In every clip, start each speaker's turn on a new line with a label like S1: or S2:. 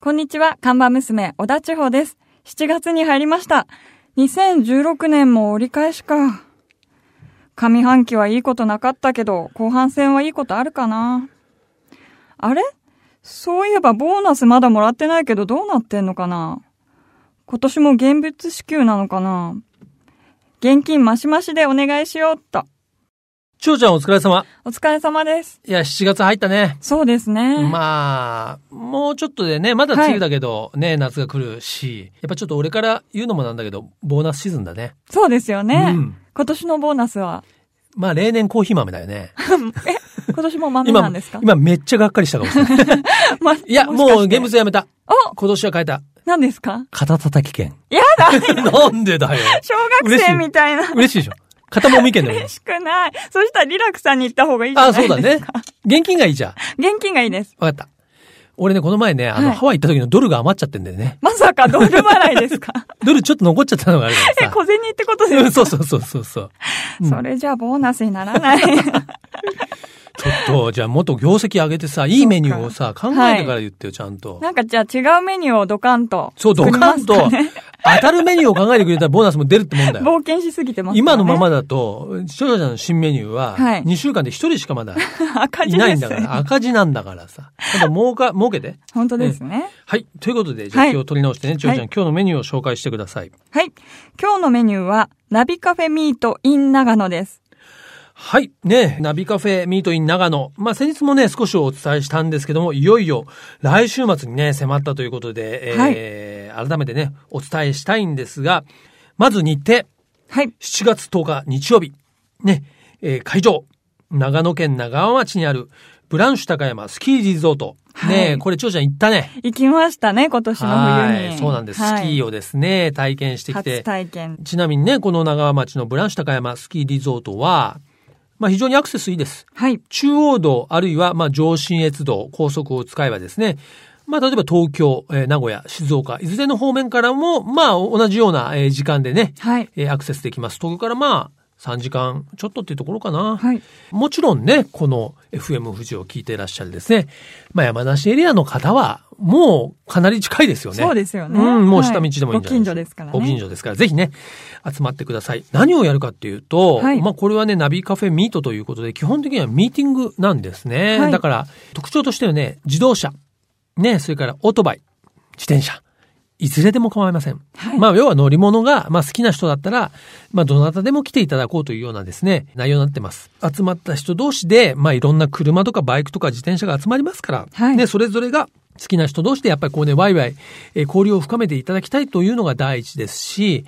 S1: こんにちは、看板娘、小田千穂です。7月に入りました。2016年も折り返しか。上半期はいいことなかったけど、後半戦はいいことあるかな。あれそういえばボーナスまだもらってないけどどうなってんのかな今年も現物支給なのかな現金マシマシでお願いしようっと。
S2: ちょうちゃんお疲れ様。
S1: お疲れ様です。
S2: いや、7月入ったね。
S1: そうですね。
S2: まあ、もうちょっとでね、まだ梅雨だけど、ね、夏が来るし、やっぱちょっと俺から言うのもなんだけど、ボーナスシーズンだね。
S1: そうですよね、
S2: うん
S1: 今年のボーナスは、
S2: まあ、例年コーヒー豆だよね。
S1: 今年も豆な
S2: 今
S1: んですか、
S2: 今めっちゃがっかりしたかもし れない。
S1: まあ
S2: いや、
S1: しかして
S2: もう現物やめた。
S1: お
S2: 今年は変えた。
S1: 何ですか
S2: 肩叩き券。
S1: やだ
S2: なんでだよ。
S1: 小学生みたいな。
S2: 嬉しいでしょ。肩もみ券でもいい
S1: 嬉。しく ない。そしたらリラクさんに行った方がいいじゃな
S2: あ、
S1: いで
S2: そう
S1: すか。
S2: だね。現金がいいじゃん。
S1: 現金がいいです。
S2: わかった。俺ね、この前ね、あの、
S1: はい
S2: ハワイ行った時のドルが余っちゃってんだよね。
S1: まさかドル払い ですか
S2: ドルちょっと残っちゃったのがあるか
S1: え、
S2: らさ。
S1: 小銭ってこと
S2: う
S1: で
S2: ん
S1: すか
S2: そうそうそうそうそう。うん
S1: それじゃあボーナスになら ない。
S2: ちょっと、じゃあもっと業績上げてさ、いいメニューをさ、考えてから言ってよ、ちゃんと。
S1: なんかじゃあ違うメニューをドカンと。
S2: そう、ドカンと、当たるメニューを考えてくれたらボーナスも出るってもん だよ。
S1: 冒険しすぎてます、ね。
S2: 今のままだと、視聴者の新メニューは、
S1: はい
S2: 2週間で1人しかまだ
S1: 赤字で
S2: い
S1: す。
S2: ないん だから、赤字なんだからさ。ただ儲か、儲けて。
S1: 本当ですね。
S2: はい。ということで、じゃあ
S1: はい
S2: 気を取り直してね、ちょうちゃん、
S1: はい
S2: 今日のメニューを紹介してください。
S1: はい。今日のメニューは、ナビカフェミート in 長野です。
S2: はい。ね、ナビカフェミートイン長野。まあ、先日もね、少しお伝えしたんですけども、いよいよ来週末にね、迫ったということで、えー改めてね、お伝えしたいんですが、まず日程、
S1: はい。
S2: 7月10日日曜日、ね、えー会場、長野県長尾町にあるブランシュ高山スキーリゾート。ね、
S1: はい
S2: これ、長ちゃん行ったね。
S1: 行きましたね、今年の冬
S2: はい
S1: に。
S2: そうなんです。
S1: はい
S2: スキーをですね、体験してきて。
S1: 初体験。
S2: ちなみにね、この長尾町のブランシュ高山スキーリゾートは、まあ、非常にアクセスいいです。
S1: はい。
S2: 中央道あるいはまあ上信越道高速を使えばですね、まあ例えば東京、えー名古屋、静岡、いずれの方面からもまあ同じようなえー時間でね、
S1: はい。
S2: えーアクセスできます。東京からまあ3時間ちょっとっていうところかな。
S1: はい。
S2: もちろんね、この FM 富士を聞いていらっしゃるですね、まあ山梨エリアの方はもうかなり近いですよね。
S1: そうですよね。
S2: うん、もう
S1: はい
S2: 下道でもいいんじゃない
S1: ご近所ですからね。
S2: ご近所ですから、ぜひね、集まってください。何をやるかっていうと、
S1: はい
S2: まあこれはね、ナビカフェミートということで、基本的にはミーティングなんですね。
S1: はい
S2: だから、特徴としてはね、自動車、ね、それからオートバイ、自転車、いずれでも構いません。
S1: はい
S2: まあ、要は乗り物が、まあ、好きな人だったら、まあ、どなたでも来ていただこうというようなですね、内容になってます。集まった人同士で、まあ、いろんな車とかバイクとか自転車が集まりますから、
S1: はい
S2: で、それぞれが好きな人同士でやっぱりこうね、ワイワイ、えー交流を深めていただきたいというのが第一ですし、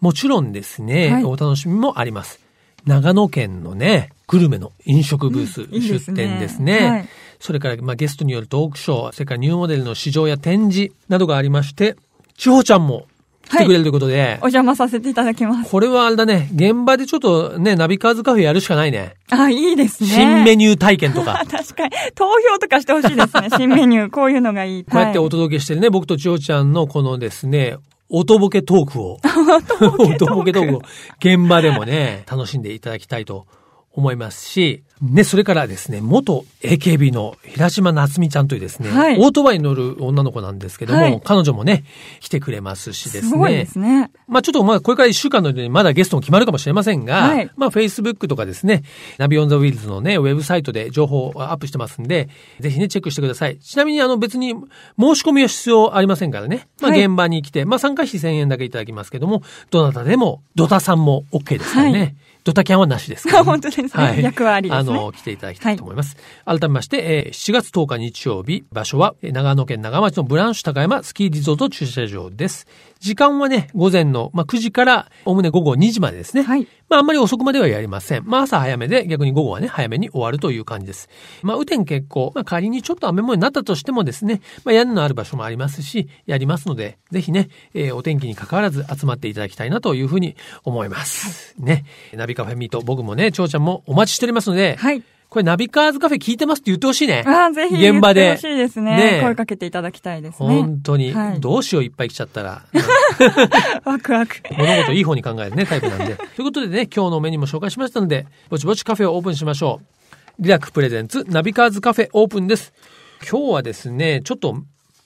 S2: もちろんですね、
S1: はい
S2: お楽しみもあります。長野県のね、グルメの飲食ブース、
S1: うんいいです
S2: 出
S1: ね
S2: 店ですね。
S1: はい
S2: それから、まあ、ゲストによるトークショー、それからニューモデルの市場や展示などがありまして、千穂ちゃんも来てくれるということで、
S1: お邪魔させていただきます。
S2: これはあれだね、現場でちょっとね、ナビカーズカフェやるしかないね。
S1: あ、いいですね。。
S2: 新メニュー体験とか
S1: 確かに。投票とかしてほしいですね。 新メニュー。こういうのがいい。
S2: こうやって
S1: は
S2: お
S1: い
S2: 届けしてるね、僕と千代ちゃんのこのですね、音ボケト ークを、音ボケトークを現場でもね、楽しんでいただきたいと思いますし、ね、それからですね、元 AKB の平島夏美ちゃんというですね、
S1: はい
S2: オートバイに乗る女の子なんですけども、
S1: はい
S2: 彼女もね、来てくれますしですね。
S1: すごいですね。
S2: まあちょっとまあこれから一週間の間にまだゲストも決まるかもしれませんが、
S1: はい
S2: まあ Facebook とかですね、ナビオンザウィルズのね、ウェブサイトで情報をアップしてますんで、ぜひね、チェックしてください。ちなみにあの別に申し込みは必要ありませんからね、まあ
S1: はい
S2: 現場に来て、まあ参加費1000円だけいただきますけども、どなたでも、ドタさんも OK ですからね。
S1: は
S2: ドタキャンはなしですか ら、
S1: 本当ですね役割ですね
S2: あの、来ていただきたいと思います。改めまして、えー7月10日日曜日、場所はえー長野県長町のブランシュ高山スキーリゾート駐車場です。時間はね、午前の、まあ、9時から、おおむね午後2時までですね。
S1: はい
S2: まあ、あんまり遅くまではやりません。まあ、朝早めで、逆に午後はね、早めに終わるという感じです。まあ、雨天結構、まあ、仮にちょっと雨模様になったとしてもですね、まあ、屋根のある場所もありますし、やりますので、ぜひね、えーお天気に関わらず集まっていただきたいなというふうに思います。ね。ナビカフェミート、僕もね、ちょうちゃんもお待ちしておりますので、
S1: はい。
S2: これナビカーズカフェ聞いてますって言ってほしいね。
S1: あーぜひ、
S2: 現場で
S1: ほしいですね
S2: ねえ
S1: 声かけていただきたいですね
S2: 本。当に、
S1: はい
S2: どうしよういっぱい来ちゃったら。
S1: ワクワク。
S2: 物事いい方に考えるね、タイプ なんで。ということでね、今日のメニューも紹介しましたので、ぼちぼちカフェをオープンしましょう。リラックプレゼンツナビカーズカフェオープンです。今日はですね、ちょっと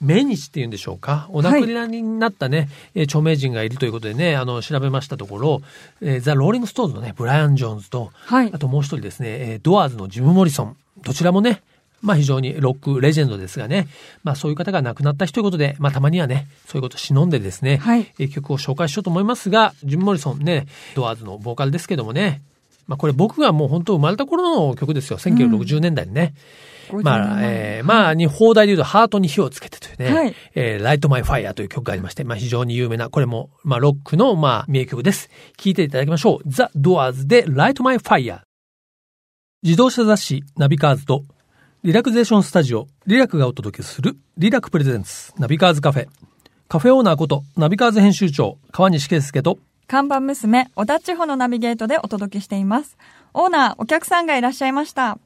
S2: 命日っていうんでしょうか。お亡くなりになったね、えー著名人がいるということでね、あの、調べましたところ、えーザ・ローリング・ストーンズのね、ブライアン・ジョーンズと、
S1: はい
S2: あともう一人ですね、えードアーズのジム・モリソン。どちらもね、まあ非常にロックレジェンドですがね、まあそういう方が亡くなった日ということで、まあたまにはね、そういうことを忍んでですね、
S1: はい
S2: えー曲を紹介しようと思いますが、ジム・モリソンね、ドアーズのボーカルですけどもね、まあこれ僕がもう本当生まれた頃の曲ですよ、1960年代にね。まあ、えーまあ、に、放題で言うと、ハートに火をつけてというね、
S1: はい
S2: えー、ライトマイファイアという曲がありまして、まあ、非常に有名な、これも、まあ、ロックの、まあ、名曲です。聴いていただきましょう。ザ・ドアーズで、ライトマイファイア。自動車雑誌、ナビカーズと、リラクゼーションスタジオ、リラクがお届けする、リラクプレゼンツ、ナビカーズカフェ。カフェオーナーこと、ナビカーズ編集長、川西圭介と、
S1: 看板娘、小田千穂のナビゲートでお届けしています。オーナー、お客さんがいらっしゃいました。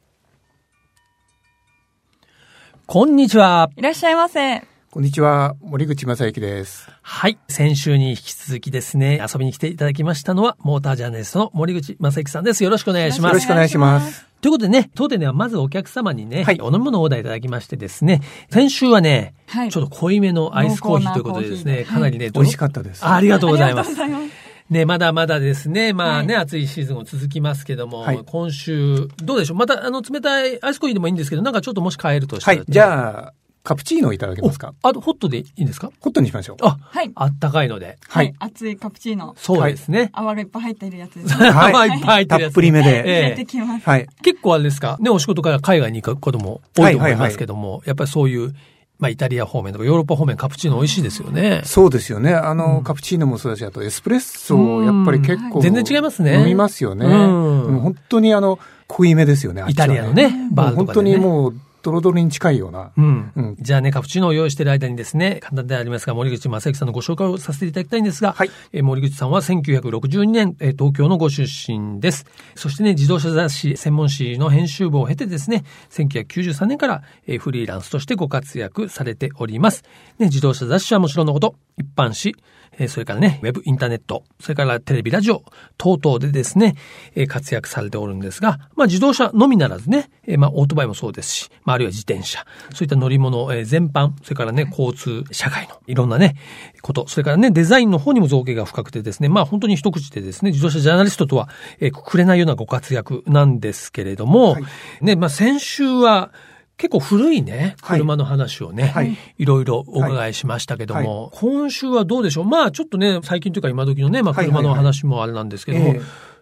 S2: こんにちは。
S1: いらっしゃいませ。
S3: こんにちは、森口正幸です。
S2: はい。先週に引き続きですね、遊びに来ていただきましたのは、モータージャーナリストの森口正幸さんです。よろしくお願いしま
S3: よ
S2: す。
S3: ろしくお願いします。
S2: ということでね、当店ではまずお客様にね、
S3: はい
S2: お飲み物をお題いただきましてですね、先週はね、
S1: はい
S2: ちょっと濃いめのアイスコーヒーということでです
S1: 濃厚
S2: ね、
S1: なコーヒー
S2: かなりね、
S3: 美味しかったです。
S2: ありがとうござい
S1: あ
S2: ま
S1: り
S2: す。
S1: がとうございます。
S2: ね、まだまだですね、まあね、暑いシーズンも続きますけども、
S3: はい
S2: 今週、どうでしょうまた、あの、冷たいアイスコーヒーでもいいんですけど、なんかちょっともし買えるとした
S3: は
S2: ら、
S3: い、じ
S2: あ、
S3: ゃあ、カプチーノをいただけ
S2: お
S3: ますか
S2: あと、ホットでいいんですか
S3: ホットにし ましょう。
S2: あ、
S1: はい
S2: あったかいので。
S3: はい。
S1: 熱いカプチーノ。
S2: そうですね。
S1: 泡がいっぱい入っているやつですね。
S3: はい
S2: まあいっぱい入って
S3: た
S2: るや
S3: っ
S2: つ
S3: ぷり め
S2: え
S3: で。
S2: え
S1: 入れてきます。
S3: はい。
S2: 結構あれですかね、お仕事から海外に行くことも多いと思いますけども、やっぱりそういう、まあイタリア方面とかヨーロッパ方面カプチーノ美味しいですよね。
S3: そうですよね。あの、カプチーノもそうだし、あとエスプレッソ、やっぱり結
S2: うん
S3: 構。
S2: 全然違いますね
S3: 飲みますよね。
S2: う
S3: で
S2: ん
S3: も本当にあの、濃いめですよね、あっ
S2: イ
S3: ちは
S2: タリアの。ね、
S3: も
S2: バ
S3: う
S2: ーと
S3: 本
S2: か
S3: 当
S2: で、ね。
S3: にもう、ドロドロに近いような。
S2: うん
S3: うん
S2: じゃあね、カプチーノを用意している間にですね、簡単ではありますが、森口正幸さんのご紹介をさせていただきたいんですが、
S3: はい
S2: えー森口さんは1962年、えー東京のご出身です。そしてね、自動車雑誌、専門誌の編集部を経てですね、1993年から、えーフリーランスとしてご活躍されております。ね、自動車雑誌はもちろんのこと、一般誌、えーそれからね、ウェブ、インターネット、それからテレビ、ラジオ、等々でですね、えー活躍されておるんですが、まあ自動車のみならずね、えーまあオートバイもそうですし、まああるいは自転車、そういった乗り物、えー全般、それからね、交通、社会のいろんなね、こと、それからね、デザインの方にも造形が深くてですね、まあ本当に一口でですね、自動車ジャーナリストとは、えーくくれないようなご活躍なんですけれども、
S3: はい
S2: ね、まあ先週は、結構古いね、
S3: はい
S2: 車の話をね、
S3: はいい、
S2: ろいろお伺いしましたけども、今週はどうでしょうまあちょっとね、最近というか今時のね、まあ
S3: はいはい
S2: 車
S3: はい
S2: の話もあれなんですけども、
S3: ええ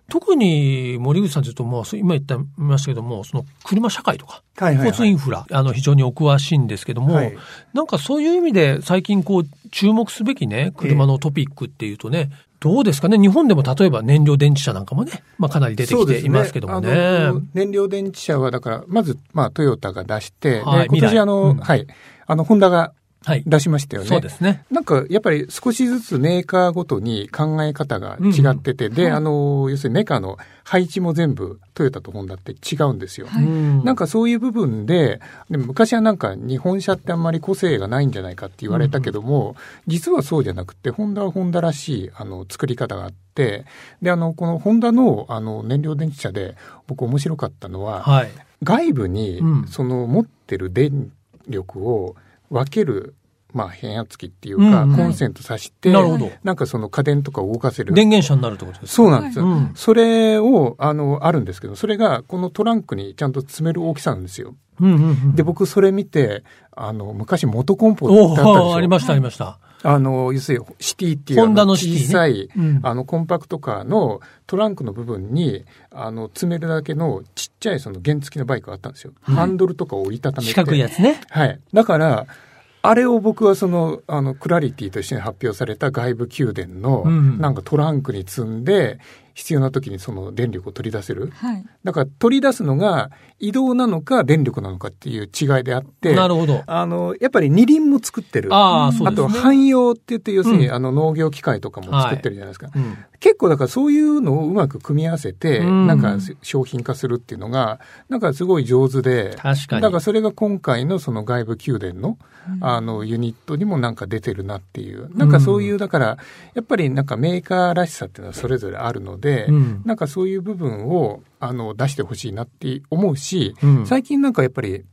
S2: 特に森口さんちょっともうそう今言ってましたけども、その車社会とか、
S3: はいはいはい
S2: 交通インフラ、あの非常にお詳しいんですけども、
S3: はい
S2: なんかそういう意味で最近こう注目すべきね、車のトピックっていうとね、どうですかね日本でも例えば燃料電池車なんかもね、まあかなり出て
S3: そ
S2: き
S3: うで
S2: ていますけどもね。
S3: あの燃料電池車は、だから、まず、まあ、トヨタが出して、で
S2: はい
S3: 今
S2: 未来
S3: 年あの、
S2: うん
S3: はい。あの、ホンダが
S2: はい。
S3: 出しましたよね。
S2: そうですね。
S3: なんかやっぱり少しずつメーカーごとに考え方が違ってて、で、あの、要するにメーカーの配置も全部トヨタとホンダって違うんですよ。
S1: はい
S2: うん
S3: なんかそういう部分で、でも昔はなんか日本車ってあんまり個性がないんじゃないかって言われたけども、実はそうじゃなくて、ホンダはホンダらしいあの作り方があって、で、あの、このホンダのあの燃料電池車で僕面白かったのは、
S2: はい。
S3: 外部に
S2: うん
S3: その持ってる電力を分ける、まあ、変圧器っていうか、
S2: うんうん
S3: コンセントさして
S2: なるほど。
S3: なんかその家電とかを動かせる
S2: 電源車になるってことですか
S3: そうなんですよ、
S2: はいうん
S3: それをあのあるんですけどそれがこのトランクにちゃんと詰める大きさなんですよ
S2: うんうんうん
S3: で僕それ見てあの昔元コンポ
S2: お
S3: ってあったでし
S2: お
S3: ょ
S2: ありました、ありました。
S3: あの、要するにシティっていう
S2: ホンダの
S3: あ
S2: シティね
S3: 小さい、
S2: うん
S3: あのコンパクトカーのトランクの部分にあの詰めるだけのちっちゃいその原付きのバイクがあったんですよ。ハンドルとかを折りたためて。
S2: 四角いやつね。
S3: はい。だから、あれを僕はその、あの、クラリティと一緒に発表された外部給電の、
S2: うん
S3: なんかトランクに積んで、必要な時にその電力を取り出せる。
S1: はい。
S3: だから取り出すのが移動なのか電力なのかっていう違いであって、
S2: なるほど。
S3: あの、やっぱり二輪も作ってる。
S2: ああ、そう
S3: あ
S2: です
S3: と、
S2: ね。
S3: 汎用って言って、要するに、
S2: うん
S3: あの、農業機械とかも作ってるじゃないですか。
S2: うん
S3: 結構、だからそういうのをうまく組み合わせて、
S2: うん
S3: なんか商品化するっていうのが、なんかすごい上手で、
S2: 確か
S3: だ
S2: に。
S3: からそれが今回のその外部給電の、あの、ユニットにもなんか出てるなっていう。なんかそういう、だから、やっぱりなんかメーカーらしさっていうのはそれぞれあるので、
S2: うん
S3: なんかそういう部分を、あの、出してほしいなって思うし、
S2: うん
S3: 最近なんかやっぱり、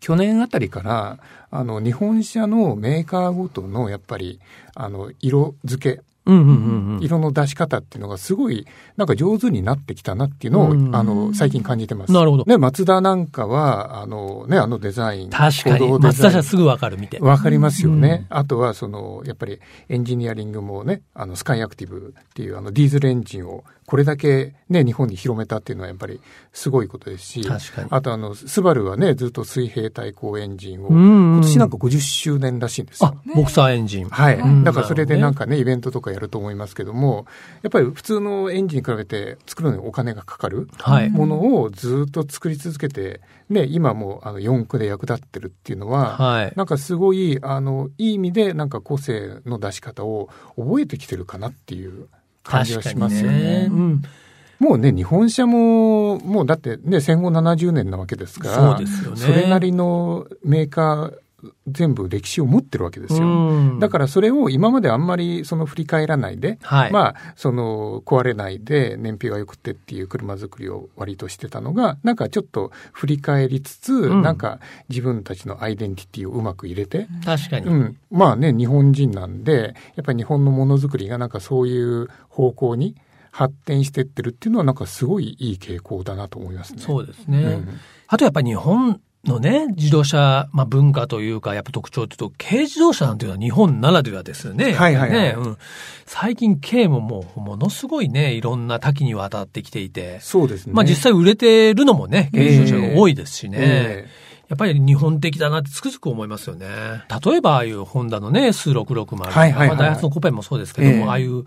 S3: 去年あたりから、あの、日本車のメーカーごとの、やっぱり、あの、色付け、
S2: うんうんうんうん。
S3: 色の出し方っていうのがすごい、なんか上手になってきたなっていうのを、
S2: うん
S3: あの、最近感じてます。
S2: なるほど
S3: ね、松田なんかは、あの、ね、あのデザイン。
S2: 確かに。
S3: 行動デ
S2: 松
S3: ザイ
S2: 田
S3: ン
S2: 社すぐわかるみたい。
S3: わかりますよね。あとは、その、やっぱりエンジニアリングもね、あの、スカイアクティブっていう、あの、ディーゼルエンジンをこれだけね、日本に広めたっていうのはやっぱりすごいことですし、
S2: 確かに
S3: あと、あの、スバルはね、ずっと水平対向エンジンを、
S2: うんうん
S3: 今年なんか50周年らしいんです
S2: あ
S3: よ。、
S2: ボクサーエンジン。
S3: はい
S2: うん。
S3: だからそれで
S2: な
S3: な
S2: る
S3: ん
S2: ほ
S3: かね、イベントとかやると思いますけども、やっぱり普通のエンジンに比べて作るのにお金がかかる。
S2: はい。
S3: ものをずっと作り続けて、ね、今もうあの四駆で役立ってるっていうのは、
S2: はい。
S3: なんかすごい、あの、いい意味で、なんか個性の出し方を覚えてきてるかなっていう感じがしますよね。
S2: うん。
S3: もうね、日本車も、もうだってね、戦後70年なわけですから、
S2: そうですよね
S3: それなりのメーカー、全部歴史を持ってるわけですよ。
S2: うん
S3: だからそれを今まであんまりその振り返らないで、
S2: はい。
S3: まあ、その壊れないで燃費が良くてっていう車作りを割としてたのがなんかちょっと振り返りつつ、
S2: ん
S3: なんか自分たちのアイデンティティをうまく入れて、
S2: 確か
S3: う
S2: に。
S3: ん、まあね日本人なんでやっぱり日本のものづくりがなんかそういう方向に発展してってるっていうのはなんかすごいいい傾向だなと思いますね。
S2: そうです
S3: う
S2: ね
S3: ん。
S2: あとやっぱ日本のね、自動車、まあ文化というか、やっぱ特徴というと、軽自動車なんていうのは日本ならではですよね。
S3: はいはいはい
S2: ねうん最近軽ももう、ものすごいね、いろんな多岐にわたってきていて、
S3: そうですね。
S2: まあ実際売れてるのもね、軽自動車が多いですしね。
S3: え
S2: やっぱり日本的だなってつくづく思いますよね。例えばああいうホンダのね、数660とか、
S3: はいはい
S2: ま
S3: はい
S2: あダイハツのコペンもそうですけども、
S3: ええ
S2: ああいう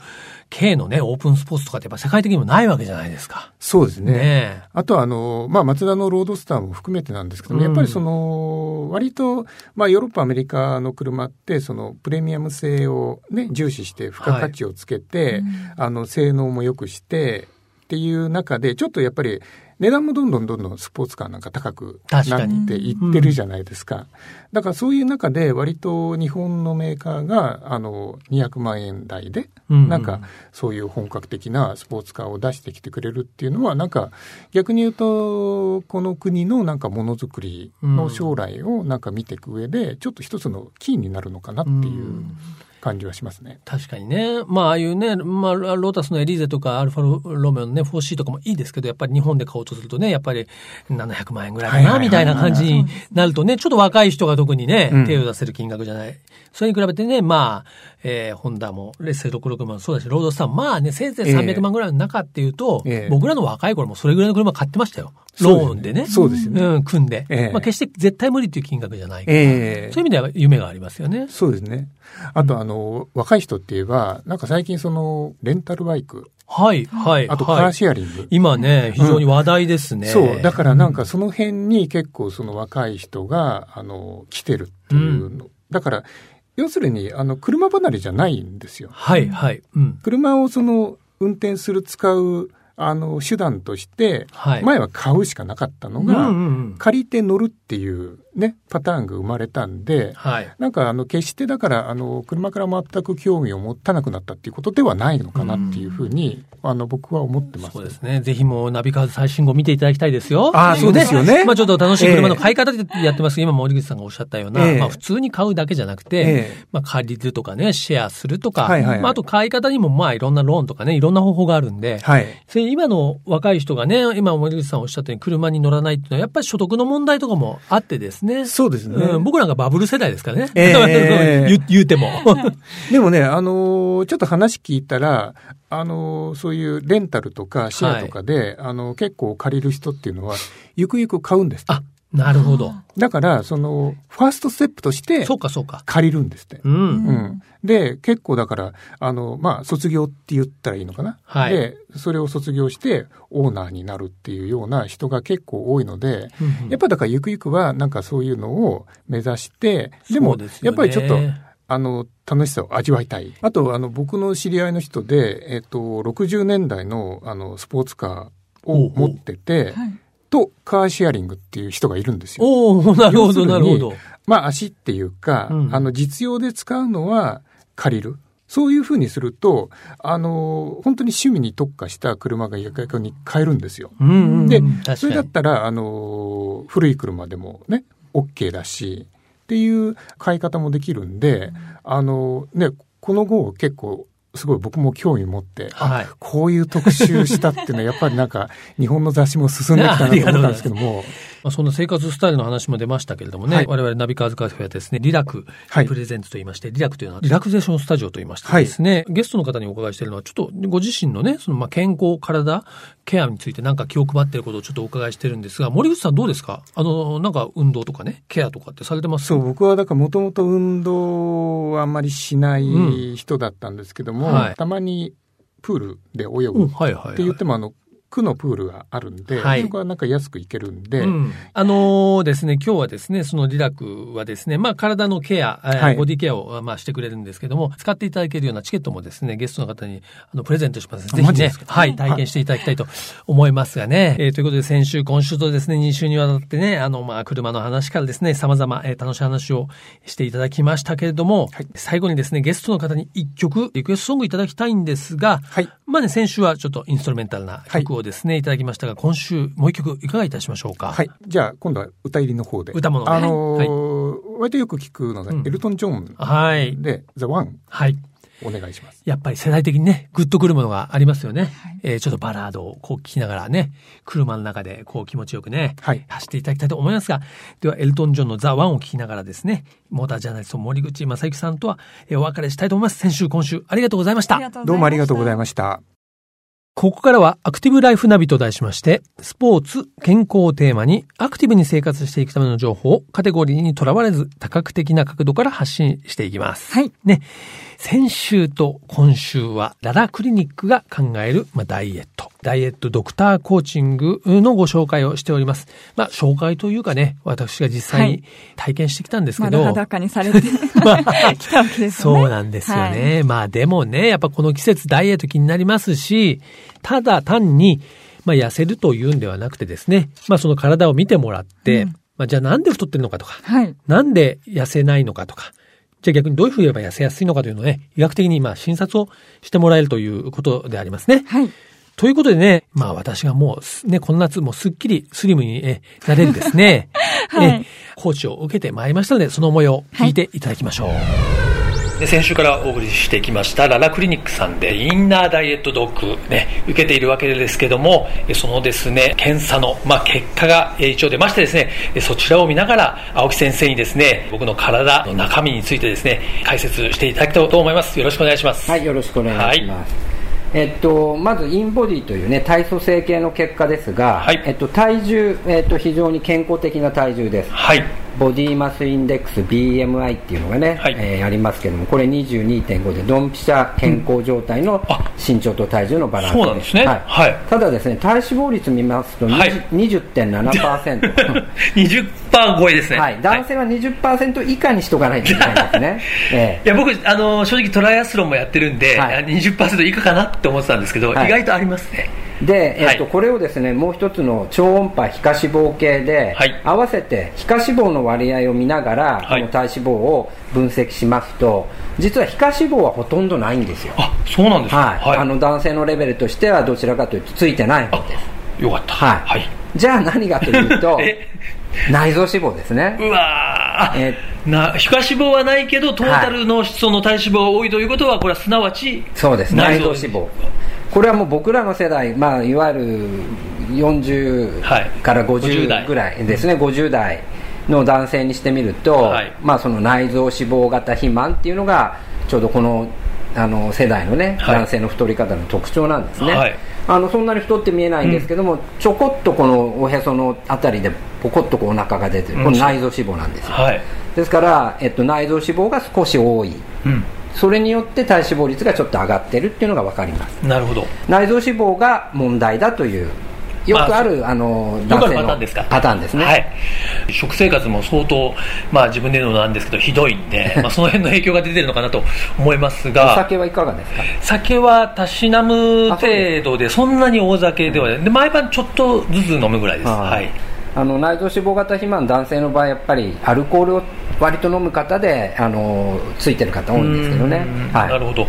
S2: 軽のね、オープンスポーツとかってやっぱ世界的にもないわけじゃないですか。
S3: そうですね。
S2: ね
S3: あとはあの、まあ、マツダのロードスターも含めてなんですけども、
S2: うん
S3: やっぱりその、割と、まあ、ヨーロッパ、アメリカの車って、その、プレミアム性をね、重視して、付加価値をつけて、あの、性能も良くして、っていう中で、ちょっとやっぱり、値段もどんどんどんどんスポーツカーなんか高くなっ
S2: 確かに
S3: ていってるじゃないですか。だからそういう中で割と日本のメーカーがあの200万円台で
S2: うん
S3: なんかそういう本格的なスポーツカーを出してきてくれるっていうのはなんか逆に言うとこの国のなんかものづくりの将来をなんか見ていく上でちょっと一つのキーになるのかなっていう感じはしますね。
S2: 確かにね。まあ、ああいうね、まあ、ロータスのエリーゼとか、アルファロメオのね、4C とかもいいですけど、やっぱり日本で買おうとするとね、やっぱり700万円ぐらいか
S3: は
S2: な、
S3: いはいはい
S2: みたいな感じになるとね、ちょっと若い人が特にね、
S3: うん
S2: 手を出せる金額じゃない。それに比べてね、まあ、えー、ホンダも、レッセ66もそうだし、ロードスターも、まあね、せいぜい300万ぐらいの中っていうと、
S3: えええ
S2: 僕らの若い頃もそれぐらいの車買ってましたよ。
S3: そうですね
S2: ローンでね。
S3: そうですよね
S2: うん、組んで。
S3: ええ
S2: まあ、決して絶対無理っていう金額じゃない。
S3: え
S2: そういう意味では夢がありますよね。
S3: そうですね。あと、あの、若い人って言えば、なんか最近その、レンタルバイク、
S2: はい、はい、
S3: あとカ
S2: はい
S3: ーシェアリング。
S2: 今ね、非常に話題ですね。
S3: そう。だからなんかその辺に結構その若い人が、あの、来てるっていうの。だから、要するに、あの、車離れじゃないんですよ。
S2: はい、はい。うん。
S3: 車をその、運転する、使う、あの、手段として、
S2: はい。
S3: 前は買うしかなかったの
S2: うん
S3: が、
S2: うんうん
S3: 借りて乗るっていうね、パターンが生まれたんで、
S2: はい。
S3: なんかあの決してだからあの車から全く興味を持たなくなったっていうことではないのかなっていうふうに、あの僕は思ってます。
S2: そうですね。ぜひもうナビカーズ最新号見ていただきたいですよ。
S3: あーそうですよね
S2: まあちょっと楽しい車の買い方でやってますけど、今森口さんがおっしゃったような、
S3: ええ
S2: まあ普通に買うだけじゃなくて、
S3: ええ
S2: まあ借りるとかね、シェアするとか、
S3: はいはいはい
S2: まああと買い方にもまあいろんなローンとかね、いろんな方法があるんで、
S3: はい。
S2: それ今の若い人がね、今森口さんおっしゃったように車に乗らないっていうのは、やっぱり所得の問題とかもあってですね。
S3: そうですね
S2: ん僕らがバブル世代ですからね。
S3: ええ
S2: 言言うても。
S3: でもね、あのーちょっと話聞いたら、あのーそういうレンタルとかシェアとかで、あのー結構借りる人っていうのは、ゆくゆく買うんですって。
S2: あ、なるほど。
S3: だから、その、ファーストステップとして
S2: そうかそうか。
S3: 借りるんですって。
S2: うん。
S3: うん、で結構だからあの、まあ、卒業って言ったらいいのかな、
S2: はい
S3: でそれを卒業してオーナーになるっていうような人が結構多いので、やっぱだからゆくゆくはなんかそういうのを目指してでも
S2: そうですよ
S3: やっ
S2: ね
S3: ぱりちょっとあの楽しさを味わいたいあとあの僕の知り合いの人で、えっと60年代のあのスポーツカー
S2: おうお
S3: を
S2: う
S3: 持ってて
S1: はい
S3: とカーシェアリングっていう人がいるんですよ。
S2: おおなるほ
S3: 要す
S2: ど、
S3: るに
S2: なるほど。
S3: まあ足っていうか、
S2: うん
S3: あの実用で使うのは借りる。そういうふうにすると、あの、本当に趣味に特化した車が逆に買えるんですよ。
S2: うんうんうん
S3: で
S2: 確
S3: それだ
S2: か
S3: っ
S2: に。
S3: たら、あの、古い車でもね、 OK だし、っていう買い方もできるんで、あの、ね、この号結構、すごい僕も興味持って、あ
S2: はい
S3: こういう特集したっていうの は、やっぱりなんか、日本の雑誌も進んできたなと思ったんですけども、
S2: まあ、そんな生活スタイルの話も出ましたけれどもね、
S3: はい
S2: 我々ナビカーズカフェはですね、リラク
S3: はい
S2: プレゼンツと言いまして、リラクというのはリラクゼーションスタジオと言いましてですね、ゲストの方にお伺いしているのは、ちょっとご自身のね、そのまあ健康、体、ケアについてなんか気を配っていることをちょっとお伺いしてるんですが、森口さんどうですかあの、なんか運動とかね、ケアとかってされてます
S3: そう、僕はだからもともと運動はあんまりしな
S2: う
S3: い人だったんですけども、
S2: はい
S3: たまにプールで泳
S2: う
S3: ぐ
S2: ん、
S3: っ
S2: はいはい、はい。
S3: て言っても、あの、区のプールがあるんで、
S2: はい
S3: そこはなんか安く行けるんで、
S2: うん、あのーですね、今日はですね、そのリラクはですね、まあ体のケア、えー
S3: はい
S2: ボディケアを、まあしてくれるんですけども、使っていただけるようなチケットもですね、ゲストの方にあのプレゼントします。
S3: あ
S2: ぜひ
S3: マジで
S2: ね
S3: す、か
S2: はい、体験していただきたいと思いますがね。えーということで先週、今週とですね、2週にわたってね、あの、まあ車の話からですね、様々、えー楽しい話をしていただきましたけれども、
S3: はい
S2: 最後にですね、ゲストの方に1曲、リクエストソングいただきたいんですが、
S3: はい。
S2: まあね、先週はちょっとインストルメンタルな曲をですね、い、ただきましたが、今週もう一曲いかがいたしましょうか。
S3: はい。じゃあ、今度は歌入りの方で。
S2: 歌物ね
S3: あのー割とよく聞くのが、
S2: うん
S3: エルトン・ジョン
S2: はい。
S3: で、ザ・ワン、
S2: はい。
S3: お願いします。
S2: やっぱり世代的にね、グッとくるものがありますよね。
S1: い
S2: えーちょっとバラードをこう聞きながらね、車の中でこう気持ちよくね、
S3: はい
S2: 走っていただきたいと思いますが、ではエルトン・ジョンのザ・ワンを聞きながらですね、モータージャーナリスト森口正幸さんとはえーお別れしたいと思います。先週、今週ありがとうございました。
S3: どうもありがとうござ
S1: ま
S3: いました。
S2: ここからはアクティブライフナビと題しまして、スポーツ、健康をテーマにアクティブに生活していくための情報をカテゴリーにとらわれず多角的な角度から発信していきます。
S1: はい。
S2: ね。先週と今週はララクリニックが考える、まあ、ダイエット。ダイエットドクターコーチングのご紹介をしております。まあ、紹介というかね、私が実際
S1: は
S2: に体験してきたんですけ
S1: ま
S2: ど。
S1: だ 裸にされてきたわけですよね。
S2: そうなんですよね。まあでもね、やっぱこの季節ダイエット気になりますし、ただ単に、まあ痩せるというんではなくてですね、まあその体を見てもらって、まあじゃあなんで太ってるのかとか、
S1: はい。はい。
S2: なんで痩せないのかとか、じゃあ逆にどういうふうに言えば痩せやすいのかというのをね、医学的にまあ診察をしてもらえるということでありますね。
S1: はい。
S2: ということでね、まあ私がもうす、ね、この夏もうすっきりスリムにえなれるですね、
S1: はい
S2: えコーチを受けてまいりましたので、その模様を聞いていただきましょう。で先週からお送りしてきましたララクリニックさんでインナーダイエットドッグ、ね、受けているわけですけどもえそのですね検査の、まあ、結果がえ一応出ましてですねえそちらを見ながら青木先生にですね僕の体の中身についてですね解説していただきたいと思いますよろしくお願いします
S4: はい、よろしくお願いします。えっと、まずインボディというね体組成計の結果ですが、
S2: はい
S4: えっと、体重、えっと、非常に健康的な体重です
S2: はい
S4: ボディマスインデックス BMI っていうのがね、
S2: はい
S4: えーありますけどもこれ22.5でドンピシャ健康状態の
S2: あ
S4: 身長と体重のバランス
S2: そうなんですね
S4: はい
S2: はい
S4: ただですね体脂肪率見ますと、
S2: はい
S4: 20 20.7%
S2: 20%超えですね
S4: はい、男性は20%以下にしとかないといけないんで すね、ええ
S5: いや僕、あの正直トライアスロンもやってるんで、
S4: はい
S5: 20%以下かなって思ってたんですけど、
S4: はい
S5: 意外とありますね
S4: で、えっと
S5: はい
S4: これをですねもう一つの超音波皮下脂肪計で、
S5: はい
S4: 合わせて皮下脂肪の割合を見ながら、
S5: はい
S4: この体脂肪を分析しますと実は皮下脂肪はほとんどないんですよ、
S5: あそうなんですか、
S4: はいあの男性のレベルとしてはどちらかというとついてない方です、
S5: あよかった、
S4: はいじゃあ何がというと
S5: え
S4: 内臓脂肪ですね
S5: うわー、
S4: え
S5: な皮下脂肪はないけどトータルのその体脂肪が多いということはこれはすなわち
S4: そうです内臓脂肪これはもう僕らの世代、まあ、いわゆる
S5: はい
S4: 40から
S5: 50代
S4: 50ぐらいですね、50代の男性にしてみると、
S5: はい
S4: まあ、その内臓脂肪型肥満っていうのがちょうどこのあの世代の、ね
S5: はい
S4: 男性の太り方の特徴なんですね、
S5: はい
S4: あのそんなに太って見えないんですけども、ちょこっとこのおへそのあたりでポコッとこうお腹が出てる、この内臓脂肪なんですよ、
S5: はい、
S4: ですから、えっと、内臓脂肪が少し多い
S5: うん、
S4: それによって体脂肪率がちょっと上がってるっていうのが分かります
S5: なるほど
S4: 内臓脂肪が問題だというよくある、あ、の
S5: よくあ
S4: 男
S5: る
S4: 性
S5: パ
S4: の
S5: ターンですか
S4: パターンですね、
S5: はい、食生活も相当、まあ、自分で言うのもなんですけどひどいん で、まあ、その辺の影響が出てるのかなと思います
S4: お
S5: が
S4: 酒はいかがですか
S5: 酒はたしなむ程度でそんなに大酒ではないで毎晩ちょっとずつ飲むぐらいです、
S4: あー
S5: はい、
S4: あの内臓脂肪型肥満男性の場合やっぱりアルコールを割と飲む方であのついてる方多いんですけどね、
S5: なる
S4: は
S5: ほど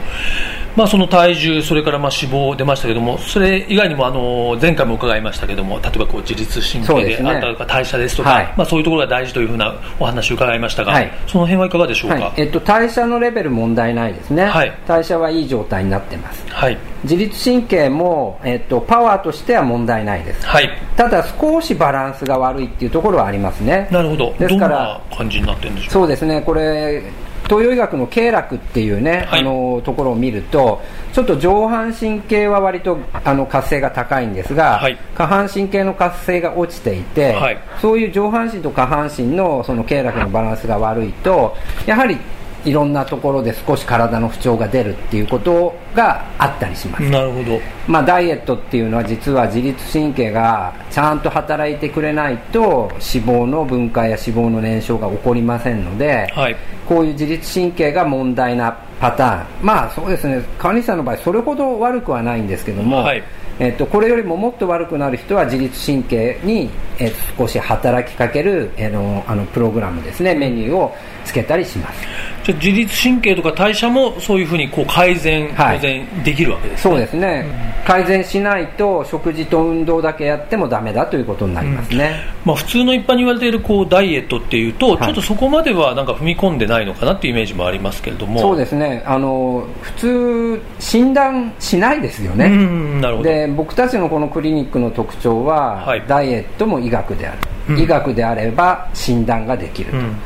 S5: まあ、その体重、それからまあ脂肪出ましたけども、それ以外にもあの前回も伺いましたけども、例えばこう自律神
S4: そう
S5: 経
S4: で
S5: です
S4: ね
S5: あったとか代謝ですとか、
S4: はい
S5: まあ、そういうところが大事というふうなお話を伺いましたが、
S4: はい
S5: その辺はいかがでしょうか。
S4: はいえっと、代謝のレベル問題ないですね、
S5: はい
S4: 代謝はいい状態になってます
S5: はい、
S4: 自律神経も、えっと、パワーとしては問題ないです
S5: はい
S4: ただ少しバランスが悪いっていうところはありますね
S5: なるほど、
S4: です
S5: ど
S4: から
S5: んな感じになってるんでしょう
S4: そうですねこれ東洋医学の経絡っていうね、
S5: はい
S4: あのところを見るとちょっと上半身系は割とあの活性が高いんですが、
S5: はい
S4: 下半身系の活性が落ちていて、
S5: はい
S4: そういう上半身と下半身のその経絡のバランスが悪いとやはりいろんなところで少し体の不調が出るっていうことがあったりします。
S5: なるほど、
S4: まあ、ダイエットっていうのは実は自律神経がちゃんと働いてくれないと脂肪の分解や脂肪の燃焼が起こりませんので、
S5: はい
S4: こういう自律神経が問題なパターンまあそうですね川西さんの場合それほど悪くはないんですけども、
S5: はい
S4: えっと、これよりももっと悪くなる人は自律神経に、えっと、少し働きかける、えのあのプログラムですねメニューをつけたりします
S5: じゃあ自律神経とか代謝もそういうふうにこう改善、
S4: はい
S5: 当然できるわけです、
S4: そうですね、改善しないと食事と運動だけやってもダメだということになりますね、
S5: まあ、普通の一般に言われているこうダイエットっていうと、
S4: はい
S5: ちょっとそこまではなんか踏み込んでないのかなっていうイメージもありますけれども、
S4: そうですねあの普通診断しないですよ
S5: う
S4: ね、
S5: んなるほど、
S4: で僕たちのこのクリニックの特徴は、
S5: はい
S4: ダイエットも医学である、
S5: うん
S4: 医学であれば診断ができると、
S5: うん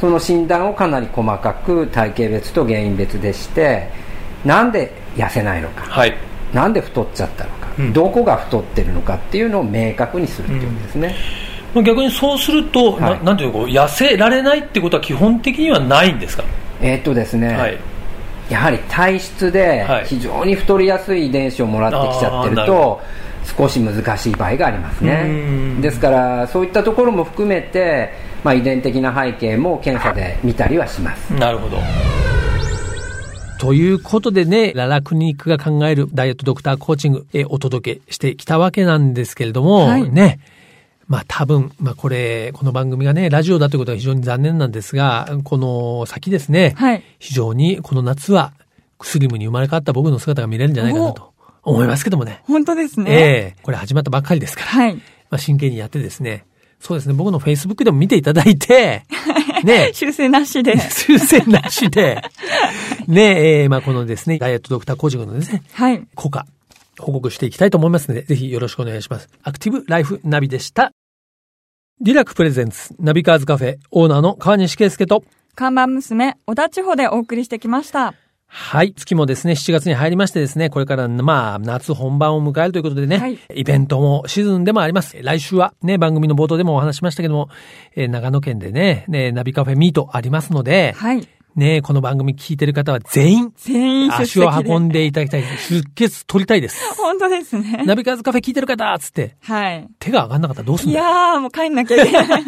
S4: その診断をかなり細かく体型別と原因別でしてなんで痩せないのか、
S5: はい、
S4: なんで太っちゃったのか、
S5: うん
S4: どこが太ってるのかっていうのを明確にするっていうことですね、
S5: まあ、逆にそうすると、
S4: はい
S5: ななんていうのこう痩せられないってことは基本的にはないんですか、
S4: えーっとですね、
S5: はい
S4: やはり体質で
S5: はい
S4: 非常に太りやすい遺伝子をもらってきちゃってる
S5: あーなる
S4: と少し難しい場合があります
S5: う
S4: ね
S5: ん
S4: ですからそういったところも含めて、まあ、遺伝的な背景も検査で見たりはします
S5: なるほど、
S2: ということでね、ララクリニックが考えるダイエットドクターコーチング、えーお届けしてきたわけなんですけれども、
S1: はい
S2: ね。まあ多分、まあこれ、この番組がね、ラジオだということは非常に残念なんですが、この先ですね、
S1: はい
S2: 非常にこの夏はスリムに生まれ変わった僕の姿が見れるんじゃないかなと思いますけどもね。
S1: 本当です
S2: え
S1: ね。
S2: えこれ始まったばっかりですから。
S1: はい。
S2: まあ、真剣にやってですね、そうですね、僕の Facebook でも見ていただ いて、ね、
S1: 修正なしで。
S2: 修正なし で、ね、えーまあ、このですね、ダイエットドクターコーチングのですね、
S1: はい。
S2: 効果、報告していきたいと思いますので、ぜひよろしくお願いします。アクティブライフナビでした。リラックプレゼンツ、ナビカーズカフェ、オーナーの川西圭介と、
S1: 看板娘、小田地方でお送りしてきました。
S2: はい。月もですね、7月に入りましてですね、これから、まあ、夏本番を迎えるということでね、
S1: はい
S2: イベントもシーズンでもあります。来週はね、番組の冒頭でもお話ししましたけども、えー長野県でね、ね、ナビカフェミートありますので、
S1: はい。
S2: ね、この番組聞いてる方は全員、
S1: 全員出席
S2: 足
S1: で。
S2: を運んでいただきたい。出血取りたいです。
S1: 本当ですね。
S2: ナビカーズカフェ聞いてる方つって、
S1: はい。
S2: 手が上がんなかったらどうすん
S1: い
S2: だよ
S1: やー、もう帰んなきゃいけ ない。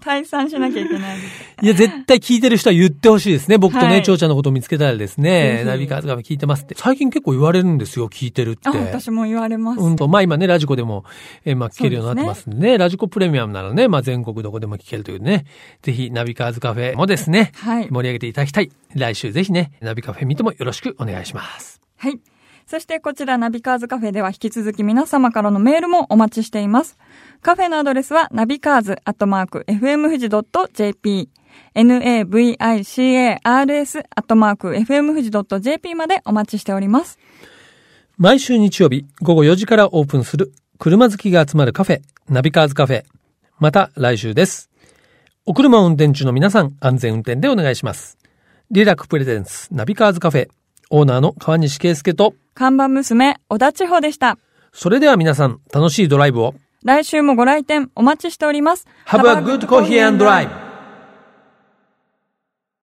S1: 退散しなきゃいけないです。
S2: いや、絶対聞いてる人は言ってほしいですね。僕と
S1: は
S2: ね、
S1: い
S2: 蝶、ちゃんのことを見つけたらです
S1: ぜ
S2: ね、
S1: ひ
S2: ナビカーズカフェ聞いてますって。最近結構言われるんですよ、聞いてるって。
S1: あ、私も言われます。
S2: うんと、まあ今ね、ラジコでも、えーまあ聞けるようになってますんでね、ラジコプレミアムならね、まあ全国どこでも聞けるというね、ぜひナビカーズカフェもですね、
S1: はい
S2: 盛り上げていただきたい。来週ぜひね、ナビカフェ見てもよろしくお願いします。
S1: はい。そしてこちらナビカーズカフェでは引き続き皆様からのメールもお待ちしています。カフェのアドレスはナビカーズアットマーク FM 富士 .jp navicars アットマーク FM 富士 .jp までお待ちしております。
S2: 毎週日曜日午後4時からオープンする車好きが集まるカフェ、ナビカーズカフェ。また来週です。お車を運転中の皆さん、安全運転でお願いします。リラックプレゼンスナビカーズカフェ、オーナーの川西圭介と、
S1: 看板娘、小田千穂でした。
S2: それでは皆さん、楽しいドライブを。
S1: 来週もご来店お待ちしております。
S2: Have a good coffee and drive!